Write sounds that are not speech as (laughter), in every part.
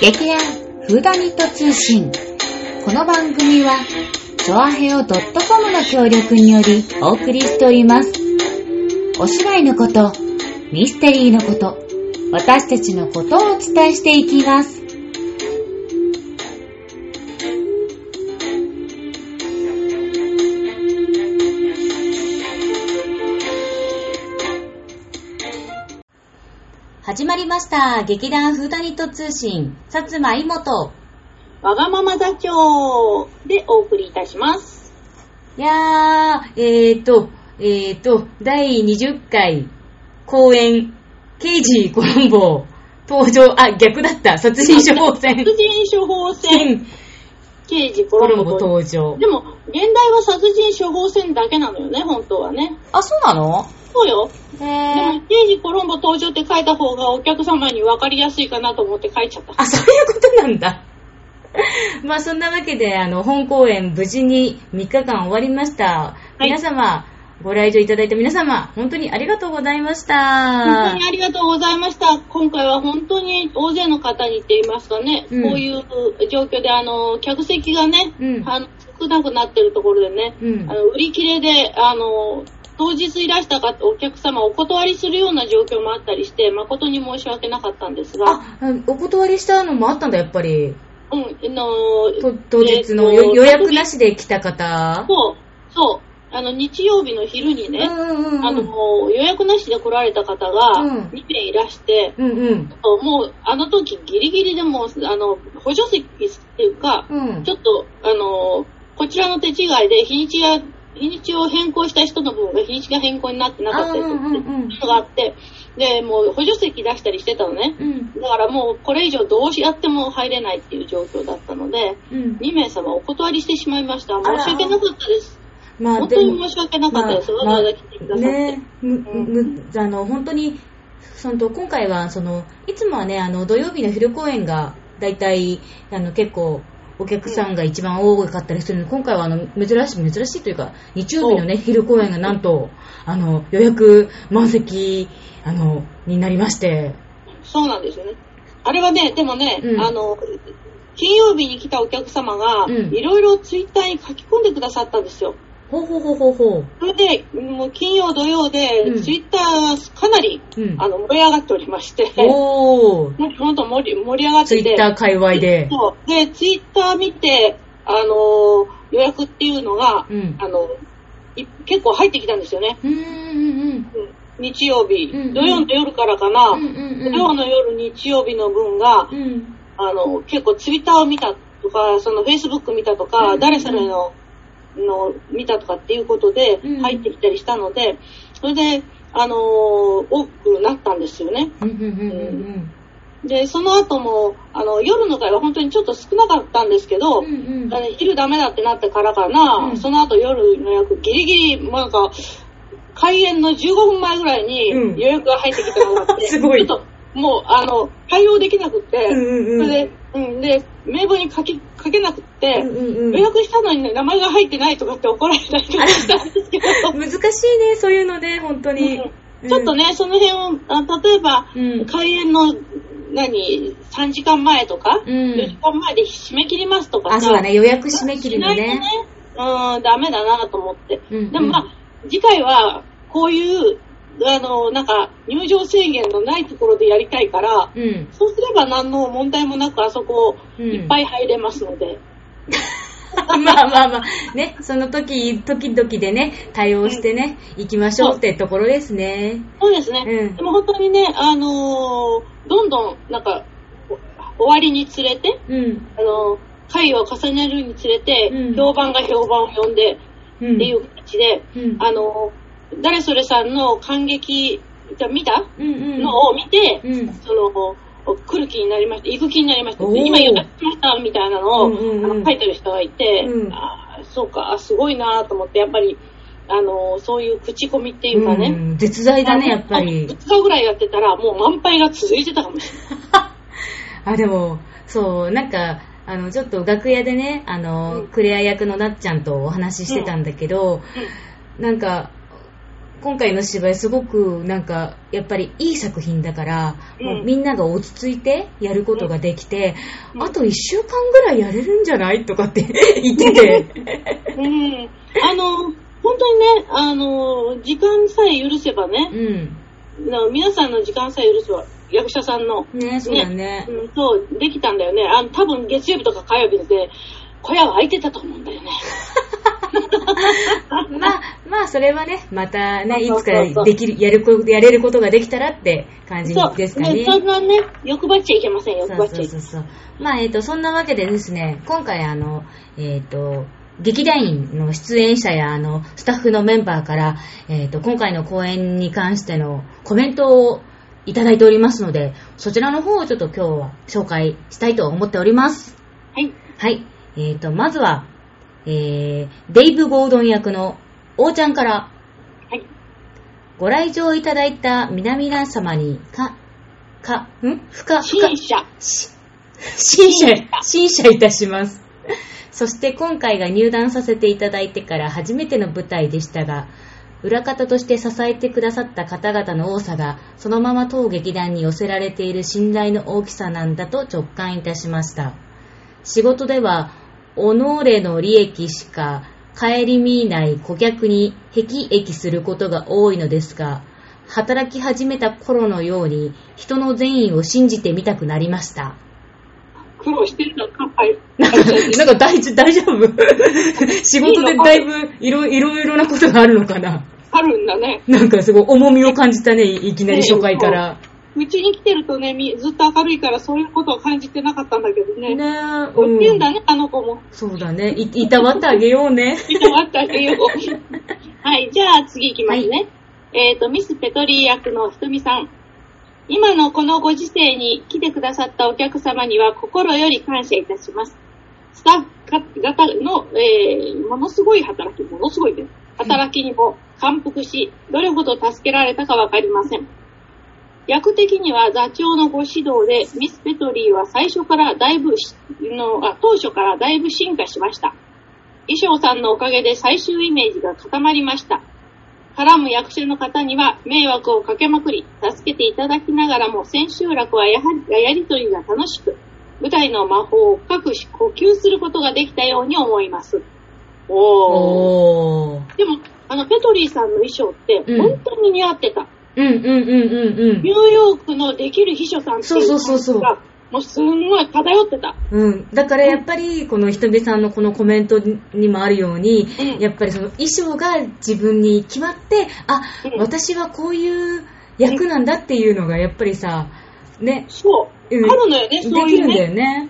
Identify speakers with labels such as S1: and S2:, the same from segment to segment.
S1: 劇団フーダニット通信。この番組は、チョアヘオ .com の協力によりお送りしております。お芝居のこと、ミステリーのこと、私たちのことをお伝えしていきます。始まりました。劇団フーダニット通信、薩摩妹。
S2: わがまま座長でお送りいたします。
S1: いやー、えーと、えーと、第20回公演、刑事コロンボ登場、あ、逆だった、殺人処方箋
S2: 殺、人処方
S1: 新
S2: 箋、刑事コ
S1: コ
S2: ロ
S1: ロン
S2: ン
S1: ボ
S2: ボと。
S1: 登場。
S2: でも、現代は殺人処方箋だけなのよね、本当はね。
S1: あ、そうなの
S2: そうよ。
S1: へ
S2: でも
S1: ー。、
S2: 刑事コロンボ登場って書いた方がお客様に分かりやすいかなと思って書いちゃった。
S1: あ、そういうことなんだ。 (laughs) まあそんなわけで、あの、本公演無事に3日間終わりました。
S2: い
S1: 皆様、ご来場いただいた皆様、本当にありがとうございました。
S2: 本当にありがとうございました。今回は本当に大勢の方にって言いますかね、
S1: うん
S2: こういう状況で、あの、客席がね、
S1: うん
S2: あの少なくなってるところでね、
S1: うん
S2: あの売り切れで、あの、当日いらしたかお客様をお断りするような状況もあったりして、誠に申し訳なかったんですが、
S1: あ、お断りしたのもあったんだ、やっぱり。
S2: うん、あの、
S1: と当日の
S2: えーと
S1: よ予約なしで来た方。
S2: そう、そう、あの、日曜日の昼に
S1: うん
S2: ね、
S1: うんうん。
S2: あの、予約なしで来られた方が
S1: うん
S2: 2名いらして、
S1: うんうん。
S2: もう、あの時ギリギリでもう、あの、補助席っていうか、
S1: うん
S2: ち。ょっと、あの、こちらの手違いで日にちが、日にちを変更した人の部分が日にちが変更になってなかったりとか
S1: あーうんうんうん
S2: っていうのがあって、で、もう補助席出したりしてたのね。
S1: うん。
S2: だからもうこれ以上どうやっても入れないっていう状況だったので、
S1: うん。
S2: 2名様お断りしてしまいました。
S1: あら
S2: 申し訳なかったです。
S1: ま
S2: 本当に申し訳なかったです。わざわざ来てくださって。
S1: ねむ、
S2: う
S1: む、あの、本当に、そのと今回は、その、いつもはね、あの、土曜日の昼公演が、だいたい、あの、結構、お客さんが一番多かったりするので、今回は、あの、珍しい、珍しいというか、日曜日のね、昼公演がなんと、あの、予約満席、あの、になりまして、
S2: そうなんですよね。あれはね、でもね、
S1: うん
S2: あの、金曜日に来たお客様が、
S1: うん
S2: いろいろツイッターに書き込んでくださったんですよ。
S1: ほうほうほうほうほう。
S2: それで、もう金曜、土曜で
S1: うん、
S2: ツイッターかなり、
S1: うん
S2: あの、盛り上がっておりまして、
S1: おー、
S2: もう本当盛り盛り上がって
S1: ツイ
S2: て、
S1: ッター界隈で。
S2: そう。で、ツイッター見て、あのー予約っていうのが、
S1: うん
S2: あの、い結構入ってきたんですよね。
S1: うーん、うん、
S2: うん日曜日、
S1: うんうん
S2: 土曜の夜からかな、
S1: うん。うん、うん、
S2: 土曜
S1: うん。
S2: の夜、日曜日の分が、
S1: うん、
S2: あの、結構ツイッターを見たとか、そのフェイスブック見たと
S1: うんうんう
S2: か、
S1: ん
S2: 誰それの、の見たとかっていうことで
S1: うん
S2: 入ってきたりしたので、それで、あのー多くなったんですよね。
S1: うん、うん、うん、うん。
S2: で、その後も、あの、夜の会は本当にちょっと少なかったんですけど、
S1: うんうん
S2: あの昼ダメだってなってからかな、
S1: うん
S2: その後夜の予約ギリギリ、もうなんか、開演の15分前ぐらいに
S1: うん
S2: 予約が入ってきたのがあっ
S1: (laughs)
S2: て、
S1: すごい
S2: ちょっともう、あの、対応できなくって、
S1: うんうんうん
S2: それで、うん、で、名簿に書き、書けなくって、
S1: うんうん
S2: 予約したのに、ね、名前が入ってないとかって怒られたりとかしたんですけど、
S1: 難しいね、そういうのね、本当に。
S2: うんちょっと
S1: ね、
S2: ね、その辺を、あ例えば、
S1: うん
S2: 開演の、何、3時間前とか、
S1: うん
S2: 4時間前で締め切りますとかさ
S1: あ、そうだね、予約締め切りの
S2: しない
S1: ね。
S2: とね、うん、ダメだなと思って。
S1: うんうん
S2: でもまあ、次回は、こういう、あの、なんか、入場制限のないところでやりたいから、
S1: うん。 (laughs)
S2: そうすれば何の問題もなくあそこ、
S1: うん
S2: いっぱい入れますので。
S1: まあまあまあ、ね、その時、時々でね、対応してね、行きましょうってところですね。
S2: そうですね。
S1: うん
S2: でも本当にね、あのーどんどん、なんか、お終わりにつれて、
S1: うん。
S2: あのー回を重ねるにつれて、
S1: うん
S2: 評判が評判を呼んで、
S1: うん。
S2: っていう形で、
S1: うん
S2: あのー誰それさんの感激、見た
S1: うんうん。
S2: のを見て、
S1: うん
S2: その、来る気になりました、行く気になりました、
S1: おー
S2: 今予約しましたみたいなのを、
S1: うんうんうん
S2: あの書いてる人がいて、
S1: うん
S2: あーそうか、すごいなーと思って、やっぱり、あのーそういう口コミっていうかね、
S1: うん絶大だね、やっぱり。
S2: 2日ぐらいやってたら、もう満杯が続いてたかもしれない。
S1: あ、でも、そう、なんか、あの、ちょっと楽屋でね、あの、
S2: うん
S1: クレア役のなっちゃんとお話ししてたんだけど、なんか、今回の芝居すごくなんかやっぱりいい作品だから、
S2: うん
S1: もうみんなが落ち着いてやることができて、
S2: うん
S1: あと1週間ぐらいやれるんじゃないとかって
S2: (laughs)
S1: 言ってて、
S2: うん。あの、本当にね、あの、時間さえ許せばね、
S1: う
S2: な皆さんの時間さえ許せば、役者さんの、
S1: ん、ねそうだね
S2: うん、そう、できたんだよね。あの、多分月曜日とか火曜日で、小屋は空いてたと思うんだよね。
S1: まあまあそれはねまたねい
S2: そう
S1: つ
S2: そ
S1: か
S2: うそう
S1: できるやるこやれることができたらって感じですか
S2: そう。
S1: ね
S2: ねそんなね、欲張っちゃいけません、欲
S1: そ
S2: 張
S1: う
S2: っ
S1: そ
S2: ちゃ
S1: う
S2: いけ
S1: そう
S2: ま
S1: そう。まあ、えっ、と、そんなわけでですね、今回あの、えっ、と、劇団員の出演者やあの、スタッフのメンバーから、えっ、と、今回の公演に関してのコメントをいただいておりますので、そちらの方をちょっと今日は紹介したいと思っております。
S2: せん。はい。
S1: はい。えっ、と、まずは、えー、デイブ・ゴードン役の王ちゃんから、
S2: はい。
S1: ご来場いただいた皆々様に、か、か、んふか、ふか
S2: 新、車。
S1: し審査、審査いたします。そして今回が入団させていただいてから初めての舞台でしたが、裏方として支えてくださった方々の多さが、そのまま当劇団に寄せられている信頼の大きさなんだと直感いたしました。仕事では、己の利益しか顧みない顧客に辟易することが多いのですが、働き始めた頃のように、人の善意を信じてみたくなりました。
S2: 苦労してるのか、
S1: (laughs)
S2: はい。
S1: なんか、なんか大丈大丈夫 (laughs) 仕事でだいぶいろいろいろなことがあるのかな
S2: あるんだね。
S1: なんかすごい重みを感じたね、いいきなり初回から。
S2: うちに来てるとね、みずっと明るいからそういうことは感じてなかったんだけどね。
S1: ねえ、
S2: 売ってん
S1: うん。
S2: だね、あの子も。
S1: そうだね。い、いたわってあげようね。
S2: 見てもらってあげよう。はい、じゃあ次行きますね。えっ、と、ミス・ペトリー役のひとみさん。今のこのご時世に来てくださったお客様には心より感謝いたします。スタッフ方の、えーものすごい働き、ものすごいです。働きにも感服し、どれほど助けられたかわかりません。役的には座長のご指導で、ミス・ペトリーは最初からだいぶしのあ、当初からだいぶ進化しました。衣装さんのおかげで最終イメージが固まりました。絡む役者の方には迷惑をかけまくり、助けていただきながらも千秋楽はやはりやりとりが楽しく、舞台の魔法を深く呼吸することができたように思います。おー。
S1: おー。
S2: でも、あの、ペトリーさんの衣装って
S1: うん
S2: 本当に似合ってた。
S1: うんうんうんうん
S2: ニューヨークのできる秘書さんっていう
S1: そ
S2: 感
S1: うそうそうそう
S2: じが、もうすんごい漂ってた。
S1: うん。うん。だからやっぱり、このひとみさんのこのコメントにもあるように、
S2: うん
S1: やっぱりその衣装が自分に決まって、あ、
S2: うん
S1: 私はこういう役なんだっていうのがやっぱりさ、ね、
S2: そう。
S1: うん
S2: あるのよね、
S1: で
S2: そう
S1: き
S2: いう
S1: るん
S2: ね
S1: だ。よね。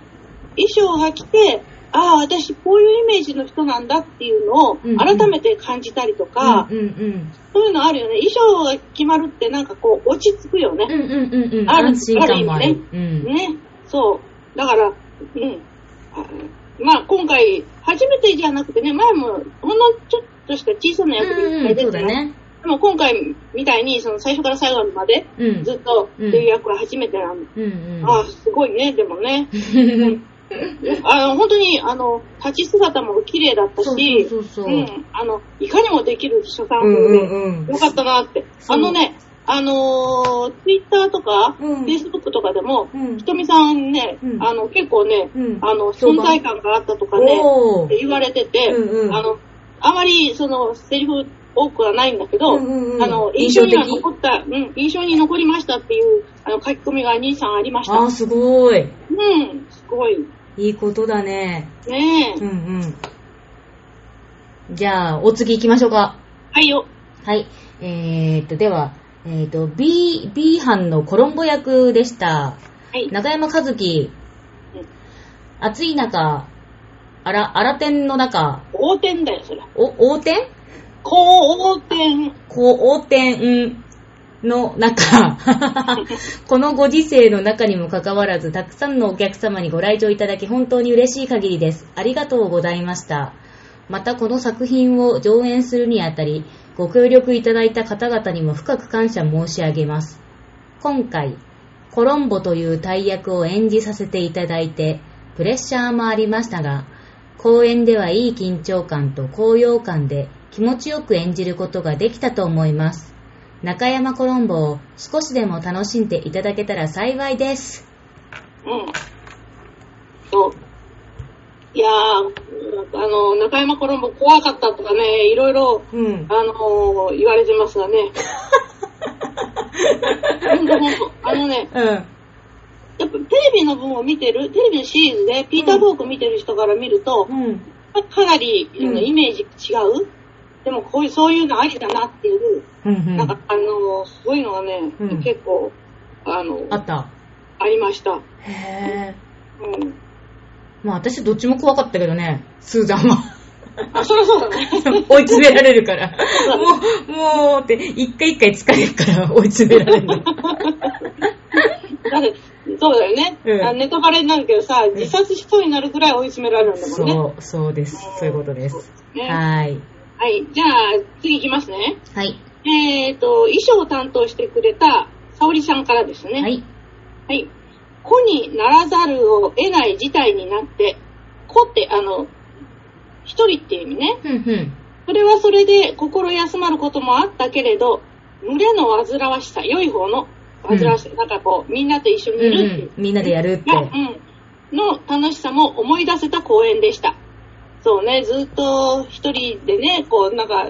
S2: 衣装が着て、ああ、私こういうイメージの人なんだっていうのを
S1: うんうん
S2: 改めて感じたりとか、
S1: うんうん
S2: そういうのあるよね。衣装が決まるってなんかこう落ち着くよ
S1: うん。う
S2: ね。
S1: んうんうんうん。
S2: ある
S1: 安心感もある。
S2: ある
S1: うん。
S2: ね。そう。だから、うん。あまあ今回、初めてじゃなくてね、前もほんのちょっとした小さな役で
S1: う
S2: 一
S1: んうん、
S2: 回
S1: そ
S2: 出
S1: う
S2: て
S1: だ
S2: ね。
S1: ね。
S2: でも今回みたいに、その最初から最後まで
S1: うん。
S2: ずっとっていう役は初めてなの。
S1: うんうん。
S2: ああ、すごいね、でも
S1: (laughs)
S2: ね。
S1: そ
S2: あの、本当に、あの、立ち姿も綺麗だったし、
S1: うそうそうそう。
S2: ん、あの、いかにもできる秘書さん
S1: うん
S2: で、
S1: うんうん
S2: よかったなって。
S1: そう
S2: あのね、あのツイッター Twitter とか、
S1: うん
S2: Facebook とかでも、
S1: うん
S2: ひとみさんね、
S1: うん
S2: あの、結構ね、
S1: うん
S2: あの、
S1: 評
S2: 存
S1: 判
S2: 在感があったとかね、
S1: お
S2: っ
S1: ー
S2: て言われてて、
S1: うんうん
S2: あの、あまり、その、セリフ多くはないんだけど、
S1: うんうんうん
S2: あの、印象には
S1: 印象的
S2: 残った、うん、印象に残りましたっていう、あの、書き込みが兄さんありました。
S1: あー、すごい。
S2: うん、すごい。
S1: いいことだね。
S2: ねえ。
S1: うんうん。じゃあ、お次行きましょうか。
S2: はいよ。
S1: はい。えー、っと、では、えー、っと、B、B 班のコロンボ役でした。
S2: はい。
S1: 中山和樹
S2: うん。
S1: 暑い中、あら、荒天の中、
S2: 横転だよ、それ。
S1: お、横天
S2: こう、横転。
S1: こう、横天の中、 (laughs) このご時世の中にもかかわらず、たくさんのお客様にご来場いただき、本当に嬉しい限りです。ありがとうございました。また、この作品を上演するにあたり、ご協力いただいた方々にも深く感謝申し上げます。今回、コロンボという大役を演じさせていただいて、プレッシャーもありましたが、公演ではいい緊張感と高揚感で気持ちよく演じることができたと思います。中山コロンボを少しでも楽しんでいただけたら幸いです。
S2: うん。そう。いやー、あの、中山コロンボ怖かったとかね、いろいろ、
S1: うん。
S2: あのー言われてます
S1: (laughs)
S2: がね。ほんとほんと。あのね、
S1: うん。
S2: やっぱテレビの分を見てる、テレビのシリーズで、ピーター・フォーク見てる人から見ると、
S1: うん。
S2: かなり、あ
S1: うん
S2: のイメージ違う。でも、こういう、そういうのありだなっていう、
S1: うん。う
S2: なん
S1: ん
S2: か、あのーそういうのがね、
S1: うん
S2: 結構、あの
S1: あ
S2: あ
S1: った。
S2: りました。
S1: へえ。
S2: うん。
S1: まあ私どっちも怖かったけどね、スーザン (laughs) は。
S2: あ、そりゃそうだね。
S1: 追い詰められるから。もう、もうって、一回一回疲れるから追い詰められ (laughs) るの。
S2: (laughs) だって、そうだよね。
S1: うん
S2: あネタバレになるけどさ、自殺しそうになるぐらい追い詰められるんだもんね。
S1: そう、そうです。そういうことです。
S2: ね
S1: はい。
S2: はい。じゃあ、次行きますね。
S1: はい。
S2: えっ、と、衣装を担当してくれた、沙織さんからですね。
S1: は。い。
S2: はい。子にならざるを得ない事態になって、子って、あの、一人っていう意味ね。
S1: ふんふん。
S2: それはそれで心休まることもあったけれど、群れの煩わしさ、良い方の煩わしさ、なんかこう、みんなと一緒
S1: う
S2: に
S1: ん
S2: いるっていう
S1: う、ん。みんなでやるって。
S2: がうん、の楽しさも思い出せた公演でした。そうね、ずっと一人でね、こう、なんか、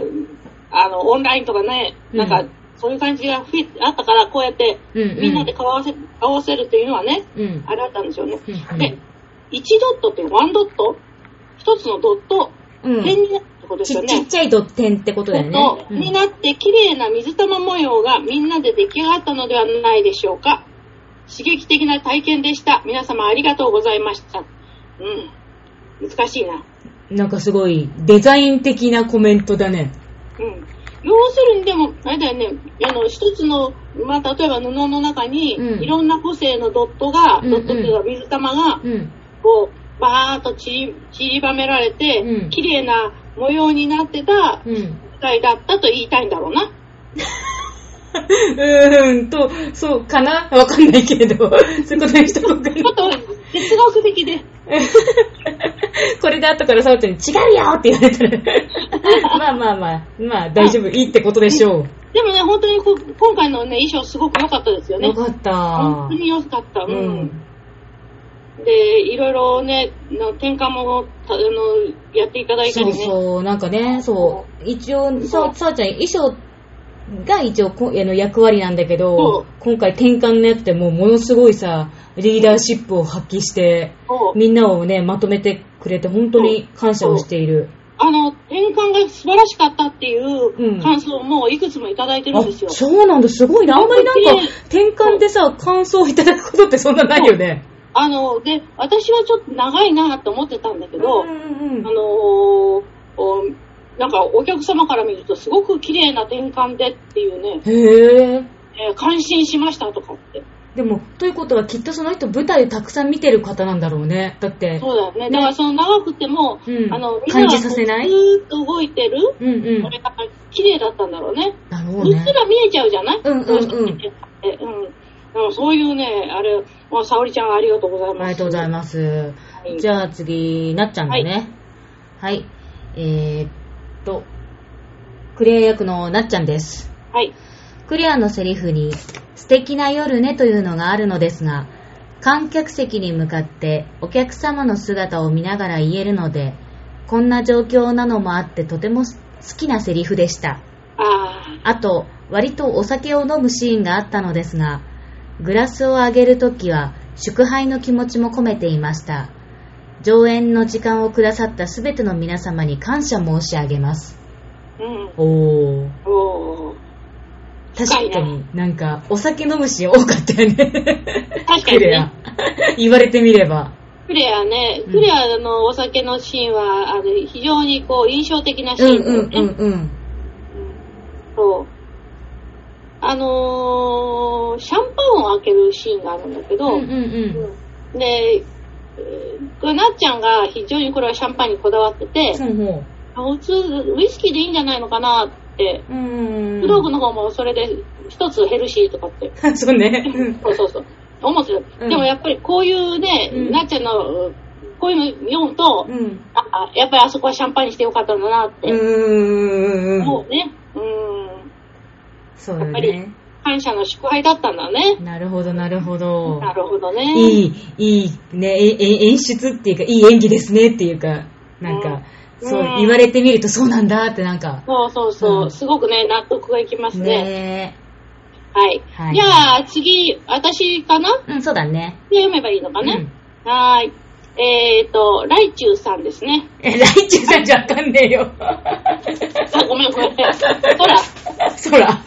S2: あの、オンラインとかね、
S1: うん
S2: なんか、そういう感じが増えあったから、こうやって、
S1: うんうん。
S2: みんなで顔合わせ、顔合わせるっていうのはね、
S1: うん。
S2: あれだったんでしょうね。
S1: うん
S2: で、1ドットって1ドット一つのドット、
S1: うん
S2: 点になったってことです
S1: ち
S2: よ
S1: ちっ
S2: ね。
S1: ちゃいドッテンってことだよね。
S2: になって綺麗な水玉模様がみんなで出来上がったのではないでしょうか。刺激的な体験でした。皆様ありがとうございました。うん。難しいな。
S1: うんなんかすごい、デザイン的なコメントだね。
S2: うん。要するにでも、あれだよね、あの、一つの、まあ、例えば布の中に、
S1: うん
S2: いろんな個性のドットが、
S1: うんうん
S2: ドットっていうか水玉が、
S1: うん。
S2: こう、バーっと散り散りばめられて、
S1: うん
S2: 綺麗な模様になってた
S1: うん。う
S2: 舞台だったと言いたいんだろうな。
S1: ーんと、そうかなわかんないけれど。そういうことにしとこうかな
S2: ちょっと、哲学的で。
S1: これで後からサオちゃんに違うよって言われた
S2: (laughs)
S1: ら。まあまあまあ、まあ大丈夫、いいってことでしょう。
S2: でもね、本当にこ今回のね、衣装すごく良かったですよね
S1: よ。かった。
S2: 本当に良かった。う。
S1: うんん。
S2: で、いろいろね、の転換も、たあの、やっていただいた
S1: そ
S2: り
S1: う
S2: ね。
S1: そう、なんかね、そう。一応、サオサオちゃん衣装が一応こあの役割なんだけ
S2: そ
S1: ど
S2: う、
S1: 今回転換のやつってもうものすごいさ、リーダーシップを発揮して、
S2: そう
S1: みんなをね、まとめてくれて本当に感謝をしている。
S2: あの、転換が素晴らしかったってい
S1: うん
S2: う感想もいくつもいただいてるんですよ。
S1: あそうなんだ、すごいな。あんまりなんか
S2: 本当に、
S1: 転換でさ、感想をいただくことってそんなないよね。
S2: あの、で、私はちょっと長いなと思ってたんだけど、
S1: う
S2: あ
S1: んうん
S2: のーおなんかお客様から見るとすごく綺麗な転換でっていうね、
S1: へえ。
S2: えー感心しましたとかって。
S1: でも、ということはきっとその人舞台たくさん見てる方なんだろうね。だって。
S2: そうだよね。だからその長くても、
S1: うん
S2: あの、
S1: 感じさせない
S2: みんがずーっと動いてる、
S1: うんうん。
S2: これが綺麗だったんだろうね。
S1: だろ
S2: う
S1: う
S2: っ
S1: ね
S2: す。ら見えちゃうじゃない
S1: うんうんうん
S2: どしても見えちゃってうん。でもそういうね、あれ、まあ、沙織ちゃんありがとうござい
S1: あり
S2: ます。
S1: がとうございます。
S2: はい
S1: じゃあ次、なっちゃんだね。はい。えー、っと、クレア役のなっちゃんです。
S2: はい。
S1: クレアのセリフに、素敵な夜ねというのがあるのですが、観客席に向かってお客様の姿を見ながら言えるので、こんな状況なのもあってとても好きなセリフでした。
S2: あ
S1: あと、割とお酒を飲むシーンがあったのですが、グラスを上げるときは祝杯の気持ちも込めていました。上演の時間をくださったすべての皆様に感謝申し上げます。
S2: ーうん。
S1: おー。
S2: おー
S1: 確かになんか、お酒飲むシーン多かったよね。
S2: 確か
S1: ク
S2: に
S1: レア
S2: ね。。
S1: (laughs) 言われてみれば。
S2: クレアね、
S1: うん
S2: クレアのお酒のシーンは、あの、非常にこう、印象的なシ
S1: うん
S2: ーンだ
S1: う
S2: よ
S1: ん
S2: ね。
S1: うんうん。
S2: そう。あのー、シャンパンを開けるシーンがあるんだけど、
S1: うんうん
S2: で、えーこれなっちゃんが非常にこれはシャンパンにこだわってて
S1: うん。、ほうほう。
S2: 普通ウイスキーでいいんじゃないのかなって、
S1: うん
S2: グローグの方もそれで一つヘルシーとかって、
S1: (laughs) そうね。うん
S2: そうそうそう、思って
S1: うん
S2: た。でもやっぱりこういうね、
S1: うん
S2: なっちゃんの、こういうの読むと、
S1: うん。
S2: あやっぱりあそこはシャンパンにしてよかったんだなって、
S1: うーんうんうん
S2: そうね。うん。
S1: そう
S2: や
S1: よ
S2: っぱり
S1: ね。
S2: 感謝の祝杯だったんだね。
S1: なるほど、なるほど。
S2: なるほどね。
S1: いい、いい、ね、ええ演出っていうか、いい演技ですねっていうか、なんか、
S2: うん
S1: そう
S2: うん
S1: 言われてみるとそうなんだってなんか、
S2: そうそうそう。
S1: うん
S2: すごくね、納得がいきますね。
S1: ね
S2: はい。
S1: はい
S2: じゃあ、次、私かな
S1: え。うん、そうだね。
S2: で読めばいいのか
S1: う
S2: ね
S1: ん。
S2: はーい。えーと、ライチュウさんで
S1: (laughs)
S2: すね。
S1: え、ライチュウさんじゃわかんねえ
S2: (laughs)
S1: よ。
S2: あ、ごめんごめん。そら、
S1: そら。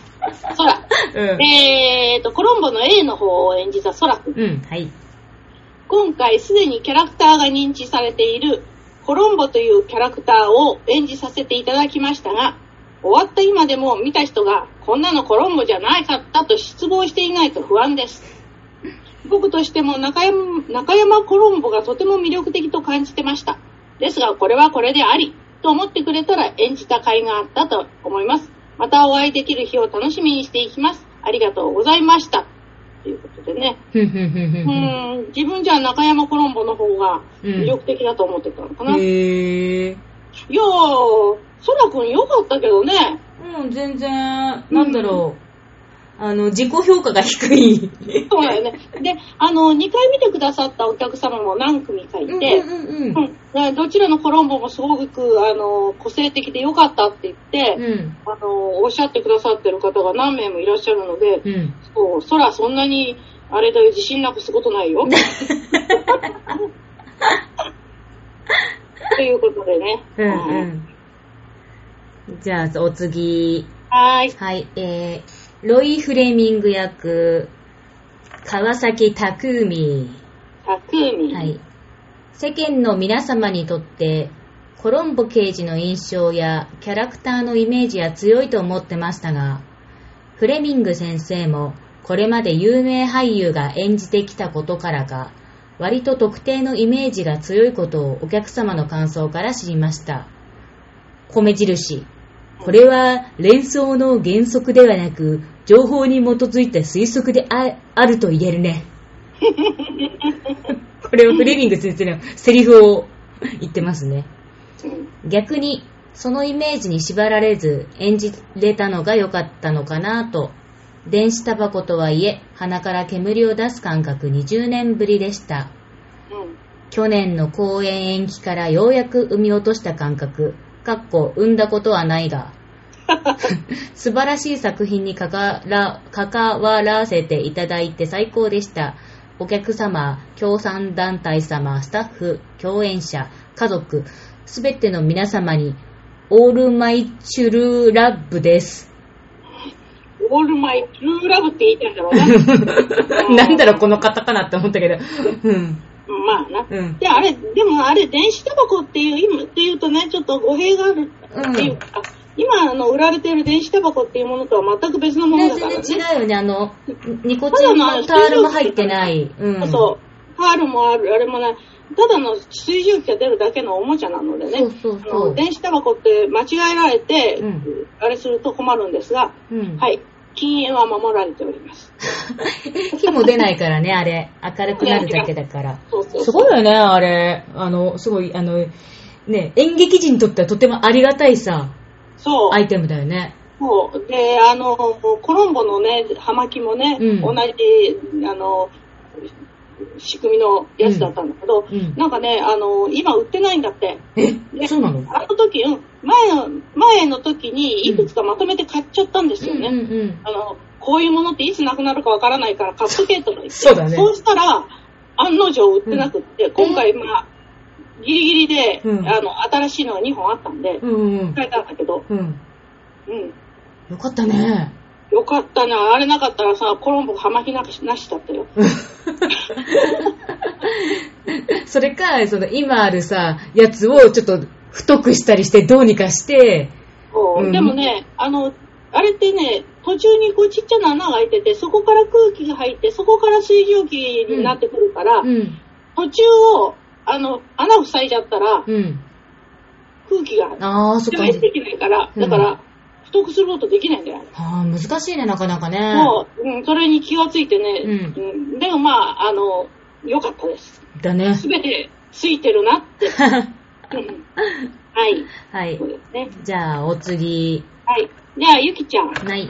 S2: そら。
S1: うん。
S2: えーと、コロンボの A の方を演じたソラ君。
S1: うん、はい。
S2: 今回すでにキャラクターが認知されているコロンボというキャラクターを演じさせていただきましたが、終わった今でも見た人がこんなのコロンボじゃないかったと失望していないと不安です。僕としても中山中山コロンボがとても魅力的と感じてました。ですがこれはこれでありと思ってくれたら演じた甲斐があったと思います。またお会いできる日を楽しみにしていきます。ありがとうございました。ということでね。
S1: ふんふんふんふんふん。
S2: うん自分じゃ中山コロンボの方が魅力的だと思ってたのかな。いや
S1: へえ。
S2: ー、そらくん良かったけどね。
S1: うん、全然、なんだろう。あの、自己評価が低い。
S2: そうだよね。で、あの、2回見てくださったお客様も何組かい
S1: うんうん
S2: て、
S1: うん
S2: うんでどちらのコロンボもすごく、あの、個性的で良かったって言って、
S1: うん。うん。
S2: あの、おっしゃってくださってる方が何名もいらっしゃるので、
S1: うん。
S2: そう、そらそんなに、あれだよ、自信なくすことな
S1: (laughs)
S2: いよ。ということでね。
S1: うんうん。じゃあ、お次。
S2: はーい。
S1: はい、えー、ロイ・フレミング役、川崎拓海。
S2: たくみ。
S1: はい。世間の皆様にとって、コロンボ刑事の印象やキャラクターのイメージは強いと思ってましたが、フレミング先生もこれまで有名俳優が演じてきたことからか、割と特定のイメージが強いことをお客様の感想から知りました。米印。これは連想の原則ではなく、情報に基づいた推測でああると言えるね。これをフレミング先生のセリフを言ってますね。
S2: うん
S1: 逆に、そのイメージに縛られず演じれたのが良かったのかなと。電子タバコとはいえ、鼻から煙を出す感覚20年ぶりでした。
S2: うん
S1: 去年の公演延期からようやく生み落とした感覚、かっこ生んだことはないが、 (laughs) 素晴らしい作品に関わ関わらせていただいて最高でした。お客様、協賛団体様、スタッフ、共演者、家族、すべての皆様に、オールマイチュルーラブです。 (laughs)
S2: オールマイ、ルーラブって言いたいんだろう
S1: (laughs)
S2: な。
S1: なんだろう、このカタカナって思ったけど。うん。
S2: うんまあな。
S1: うん。
S2: で、あれ、でもあれ、電子タバコっていう、今、っていうとね、ちょっと語弊があるっていうか、今、あの、売られてる電子タバコっていうものとは全く別のもの
S1: ね
S2: だからね。
S1: 全然違うよね。あの、ニコチンもタールも入ってない。うん。
S2: そう。ハールもある、あれもない。ただの水蒸気が出るだけのおもちゃなのでね。
S1: そうそうそう
S2: あの電子タバコって間違えられて、
S1: うん
S2: あれすると困るんですが、
S1: うん。
S2: はい。禁煙は守られております。
S1: 火も出ないからね、あれ。明るくなるだけだ (laughs) から。
S2: そうそうそう
S1: すごいよね、あれ。あの、すごい、あの、ね、演劇人にとってはとてもありがたいさ、
S2: そう。
S1: アイテムだよね。
S2: そう。で、あの、コロンボのね、葉巻もね、
S1: うん
S2: 同じ、あの、仕組みのやつだったんだけど、
S1: うんうん
S2: なんかね、あの、今売ってないんだって。
S1: え、
S2: で
S1: そうなの
S2: あの時、うん、前の、前の時にいくつかまとめて買っちゃったんですよね。
S1: うんうんうん。
S2: あの、こういうものっていつなくなるかわからないから買っとけとか言って。
S1: そうだね
S2: そうしたら、案の定売ってなくって、今回まあ、ギリギリで、
S1: うん
S2: あの、新しいのが2本あったんで、
S1: うんうん
S2: 買えたんだけど、
S1: うん。うん。
S2: うん。
S1: よかったね。
S2: よかったな。あれなかったらさ、コロンボ葉巻なんかしなしだったよ。
S1: (laughs) それか、その今あるさ、やつをちょっと太くしたりして、どうにかして、
S2: こう
S1: うん
S2: でもね、あの、あれってね、途中にこうちっちゃな穴が開いてて、そこから空気が入って、そこから水蒸気になってくるから、
S1: うん。
S2: 途中を、あの、穴を塞いじゃったら、
S1: うん。
S2: 空気が
S1: ああ、そっ
S2: 除
S1: か。
S2: 滅できないから、
S1: うん
S2: だから、太くすることできないんだよ。
S1: ああ、難しいね、なかなかね。
S2: もう、うん、それに気がついてね、
S1: う
S2: うんでもまあ、あの、良かったです。
S1: だね
S2: す。べてついて
S1: (laughs)
S2: るなって。うんはい、
S1: はい
S2: そう。ですね。
S1: じゃあ、お次。
S2: はい。では、ゆきちゃん。
S1: ない。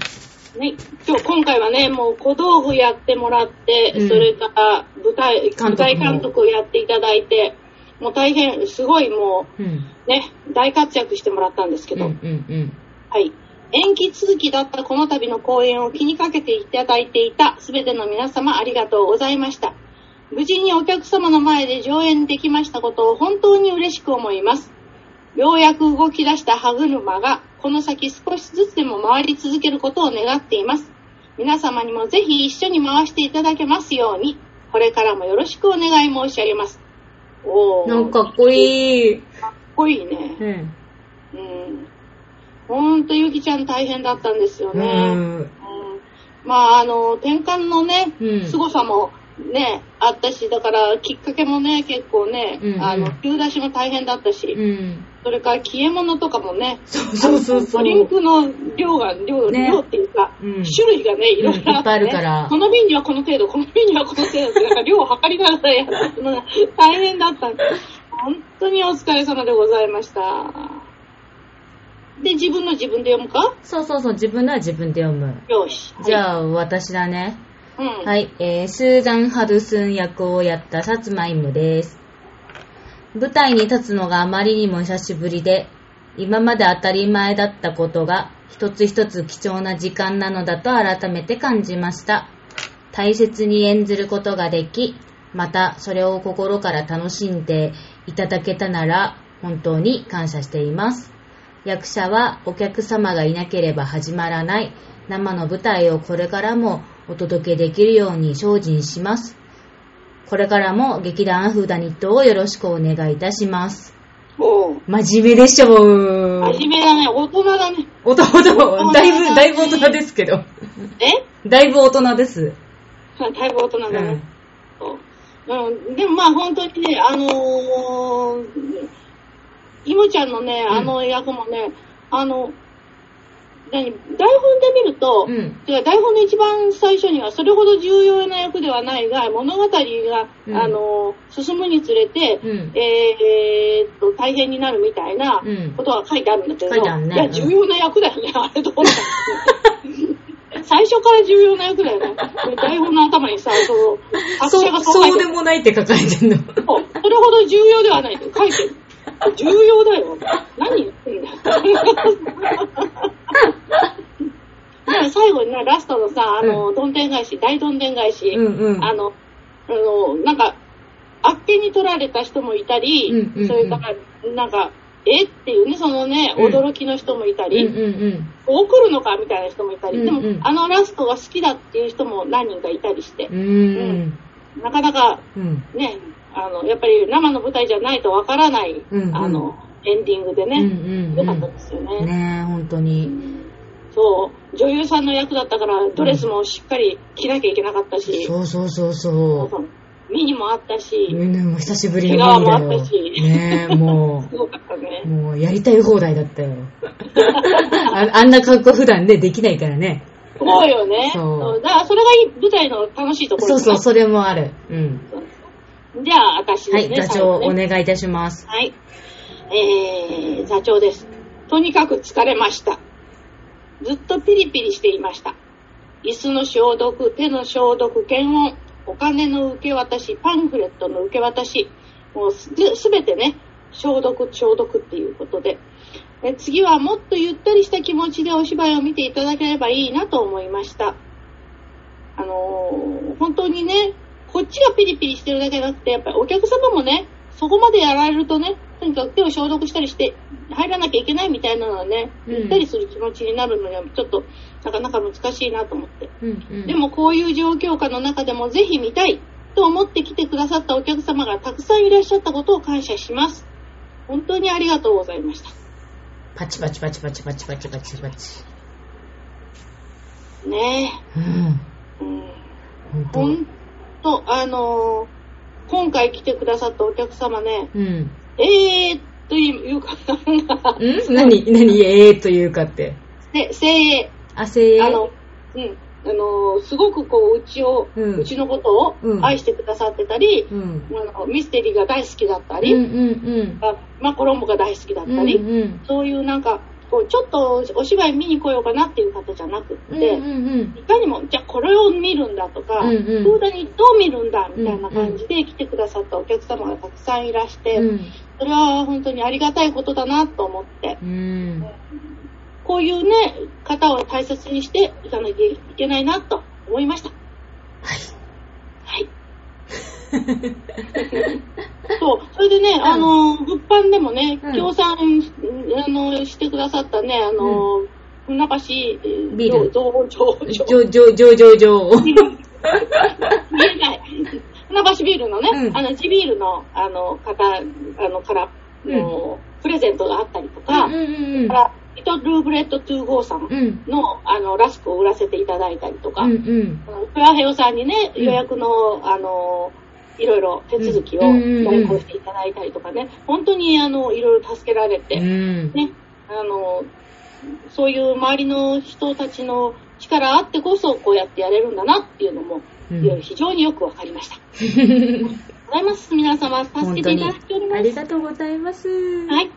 S2: ね、今日今回はね、もう小道具やってもらって、
S1: うん
S2: それから舞台、
S1: 督も
S2: 舞台監督をやっていただいて、もう大変、すごいも
S1: うん。
S2: うね、大活躍してもらったんですけ
S1: うん、う
S2: ど、
S1: ん、
S2: はい。延期続きだったこの度の公演を気にかけていただいていたすべての皆様ありがとうございました。無事にお客様の前で上演できましたことを本当に嬉しく思います。ようやく動き出した歯車が、この先少しずつでも回り続けることを願っています。皆様にもぜひ一緒に回していただけますように、これからもよろしくお願い申し上げます。お
S1: うん。
S2: ー。
S1: なん
S2: かっ
S1: かかっこいい。
S2: こいいね。
S1: うん。
S2: うんほんと、ゆきちゃん大変だったんですよ
S1: う
S2: ね。うん
S1: ん。
S2: まあ、あの、転換のね、
S1: うん
S2: 凄さもね、あったし、だから、きっかけもね、結構ね、
S1: うんうん
S2: あの、急出しも大変だったし、
S1: うん。
S2: それから消え物とかもね、
S1: そうそうそうそう。
S2: ドリンクの量が、量、
S1: ね
S2: 量っていうか、
S1: うん
S2: 種類がね、いろ
S1: う
S2: いろ
S1: んいっぱいあるから
S2: この瓶にはこの程度、この瓶にはこの程度って、なんか量を測りながらやるのが大変だったんで、本当にお疲れ様でございました。で、自分の自分で読むか
S1: そうそうそう、自分なら自分で読む。
S2: よし。
S1: じゃあ、私だね。
S2: あ、うん。。
S1: はいい、えー、スーザン・ハドスン役をやったサツマイモです。舞台に立つのがあまりにも久しぶりで、今まで当たり前だったことが、一つ一つ貴重な時間なのだと改めて感じました。大切に演ずることができ、またそれを心から楽しんでいただけたなら、本当に感謝しています。役者はお客様がいなければ始まらない生の舞台をこれからもお届けできるように精進します。これからも劇団アフダニットをよろしくお願いいたします。
S2: おう。
S1: 真面目でしょう
S2: 真面目だね、大人だね。
S1: おとおと、
S2: 目
S1: だいぶ、だいぶ大人ですけど。
S2: え (laughs)
S1: だいぶ大人です。
S2: あだいぶ大人
S1: う
S2: だね。
S1: ん。
S2: うん、でもまあ本当にね、あのー、いもちゃんのね、
S1: うん
S2: あの役もね、あの、何、台本で見ると、
S1: うん。
S2: てか台本の一番最初には、それほど重要な役ではないが、物語が、
S1: うん
S2: あのー、進むにつれて、
S1: うん。
S2: えーっと、大変になるみたいな
S1: うん
S2: ことは書いてあるんだけど、
S1: 書いてあるね
S2: いや、
S1: うん
S2: 重要な役だよね、あれどうなんだ最初から重要な役だ
S1: (laughs)
S2: よね。台本の頭にさ、その、作者
S1: そ
S2: が
S1: う、
S2: そう書
S1: そ
S2: いうて
S1: で
S2: る
S1: もないって書かれてんの。
S2: そうそれほど重要ではないと書いてる。重要だよ。何言ってんだよ。
S1: (laughs)
S2: だから最後にな、ラストのさ、あの、どんでん返し、大どんでん返し、
S1: うんうん。
S2: あの、あの、なんか、あっけに取られた人もいたり、
S1: うんうんうん
S2: それから、なんか、えっていうね、そのね、
S1: うん
S2: 驚きの人もいた
S1: うん
S2: り、
S1: うん
S2: 送るのかみたいな人もいたり、
S1: うんうん
S2: でも、あのラストが好きだっていう人も何人かいたりして
S1: うん。う、ーん。
S2: なかなか
S1: うん。
S2: ね、あの、やっぱり生の舞台じゃないとわからない、
S1: うんうん
S2: あの、エンディングで
S1: うん
S2: ね、
S1: う
S2: 良
S1: ん
S2: か
S1: う
S2: ったですよね
S1: ん。ねえ、本当に。
S2: そう、女優さんの役だったから、ドレスもしっかり着なきゃいけなかったし、
S1: そうそうそうそう。
S2: 目にもあったし、
S1: うんうん、もう久しぶりに見た
S2: 怪我もあ
S1: よ
S2: ったし。
S1: ねえ、も
S2: すごかったね
S1: う、。もうやりたい放題だった (laughs) よ。ああんな格好普段ね、できないからね。
S2: そうよね。
S1: そう
S2: そうだから、それがいい舞台の楽しいところ
S1: そうそう、
S2: そ
S1: それもある。うん。
S2: う。じゃあ、私
S1: は
S2: です
S1: い、
S2: ね。
S1: 座
S2: 最
S1: 長
S2: 後ね
S1: お願いいたします。
S2: はい。えー、座長です。とにかく疲れました。ずっとピリピリしていました。椅子の消毒、手の消毒、検温、お金の受け渡し、パンフレットの受け渡し、もうすすべてね、消毒、消毒っていうことで。え次はもっとゆったりした気持ちでお芝居を見ていただければいいなと思いました。あのー本当にね、こっちがピリピリしてるだけじゃなくて、やっぱりお客様もね、そこまでやられるとね、とにかく手を消毒したりして、入らなきゃいけないみたいなのはね、
S1: うん
S2: ゆったりする気持ちになるのには、ちょっと、なかなか難しいなと思って。
S1: うん、うん。
S2: で、もこういう状況下の中でもぜひ見たいと思って来てくださったお客様がたくさんいらっしゃったことを感謝します。本当にありがとうございました。
S1: パチパチパチパチパチパチパチパチ。
S2: ね
S1: うん。
S2: え。うん
S1: 本当
S2: ほんと、あのー今回来てくださったお客様ね、
S1: うん。
S2: えーというか、なんか、
S1: ん何何ええというかって。
S2: で、精鋭、
S1: あ、せえ。
S2: あの、うん、あのーすごくこう、うちを、
S1: う
S2: うんちのこと
S1: うん
S2: を愛してくださってたり、
S1: うん。
S2: あのミステリーが大好きだった
S1: うん
S2: り、
S1: うんうん。
S2: あまあ、コロンボが大好きだったり、
S1: うんうん
S2: そういうなんか、こうちょっとお芝居見に来ようかなっていう方じゃなくって、
S1: うんうんうん。
S2: いかにも、じゃあこれを見るんだとか、
S1: うんうん
S2: フーダにどう見るんだみたいな感じで来てくださったお客様がたくさんいらして、
S1: うん
S2: それは本当にありがたいことだなと思って、
S1: うん。
S2: こういうね、方を大切にしていかなきゃいけないなと思いました。
S1: (laughs)
S2: はい。はい。そう、それでね、あの、物販でもね、
S1: うん
S2: 協賛、あの、してくださったね、あの、船橋
S1: ビール
S2: 造本町。
S1: じょ、じょ、じょ、じょ、じょ。
S2: 見えない。船橋ビールのね、
S1: うん
S2: あの、地ビールの、あの、方、あの、から、あのプレゼントがあったりとか、
S1: うんうんうん
S2: か。ら、リトルブレッド2号さん
S1: うん。
S2: の、あの、ラスクを売らせていただいたりとか、
S1: うんうん。
S2: あのクラヘヨさんにね、
S1: うん
S2: 予約の、あの、いろいろ手続きを
S1: うんうんうん
S2: 代行していただいたりとかね、本当に、あの、いろいろ助けられて、
S1: うん。
S2: ね、あの、そういう周りの人たちの力あってこそ、こうやってやれるんだなっていうのも、
S1: うん
S2: 非常によくわかり
S1: (laughs)
S2: ました。ありがとうございます。皆様、助けていただいておりま
S1: あ
S2: す。
S1: りがとうございます。は。
S2: はいい。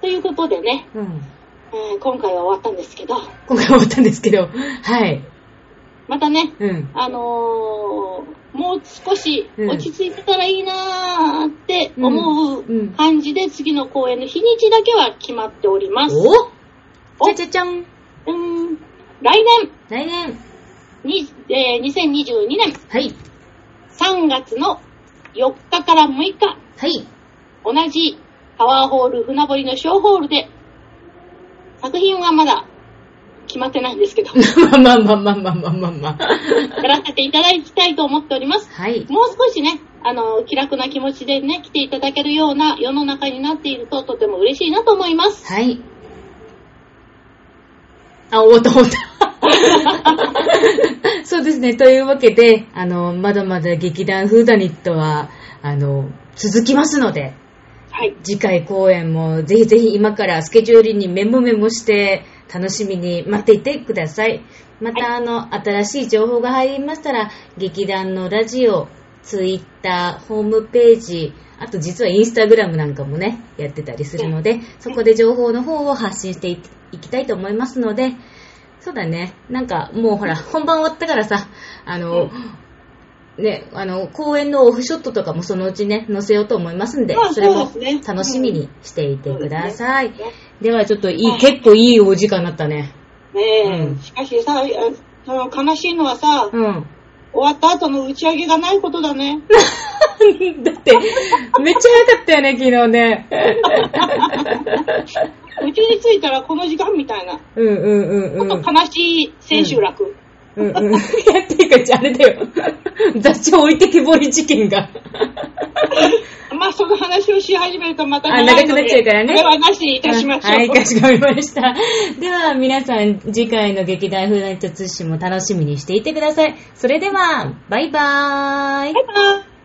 S2: ということでね、
S1: うん。
S2: えー今回は終わったんですけど、
S1: 今回終わったんですけど、はい。
S2: またね、
S1: うん。
S2: あのーもう少し落ち着いてたらいいなーって思ううん
S1: うん
S2: 感じで次の公演の日にちだけは決まっております。
S1: お
S2: お
S1: ちゃちゃちゃん。
S2: うーん来年
S1: 来年。
S2: に、えー2022年
S1: はい。
S2: 3月の4日から6日、 (laughs)
S1: はい。
S2: 同じパワーホール船堀の小ホールで、作品はまだ決まってないんですけ (laughs) ど、
S1: まあまあまあまあまあまあまあまあ。
S2: やらせていただきたいと思っております。
S1: はい。
S2: もう少しね、あの、気楽な気持ちでね、来ていただけるような世の中になっているととても嬉しいなと思います。
S1: はい。あ、終わった終わった。そうですね。というわけで、あの、まだまだ劇団フーダニットは、あの、続きますので、
S2: はい。
S1: 次回公演もぜひぜひ今からスケジュールにメモメモして楽しみに待っていてください。また、あの、新しい情報が入りましたら、劇団のラジオ、ツイッター、ホームページ、あと実はインスタグラムなんかもね、やってたりするので、そこで情報の方を発信していいきたいと思いますので、そうだね、なんかもうほら、本番終わったからさ、あの、ね、あの、公演のオフショットとかもそのうちね、載せようと思いますんで
S2: ま、あ
S1: それも
S2: そうですね
S1: 楽しみにしていてください。
S2: ね
S1: ではちょっとい、
S2: はいい
S1: 結構いいお時間になったね。
S2: ねえ、
S1: うん
S2: しかしさ、ああの悲しいのはさ、
S1: うん。 (laughs)
S2: 終わった後の打ち上げがないことだね。
S1: だって、めっちゃ早かったよね、昨日ね。
S2: うちに着いたらこの時間みたいな。
S1: うんうんう
S2: ちょっ
S1: んうん。
S2: と悲しい千秋楽。
S1: うんうん。いや、っていうか、あれだよ。 (laughs) 雑誌置いてけぼり事件が。
S2: まあ、その話をし始めるとまた
S1: あ長くなっちゃうからね
S2: これはなしにいたしましょう。
S1: はい、かしこまりました。では、皆さん、次回の劇団風団通信も楽しみにしていてください。それでは、バイバーイ。
S2: バイバイ。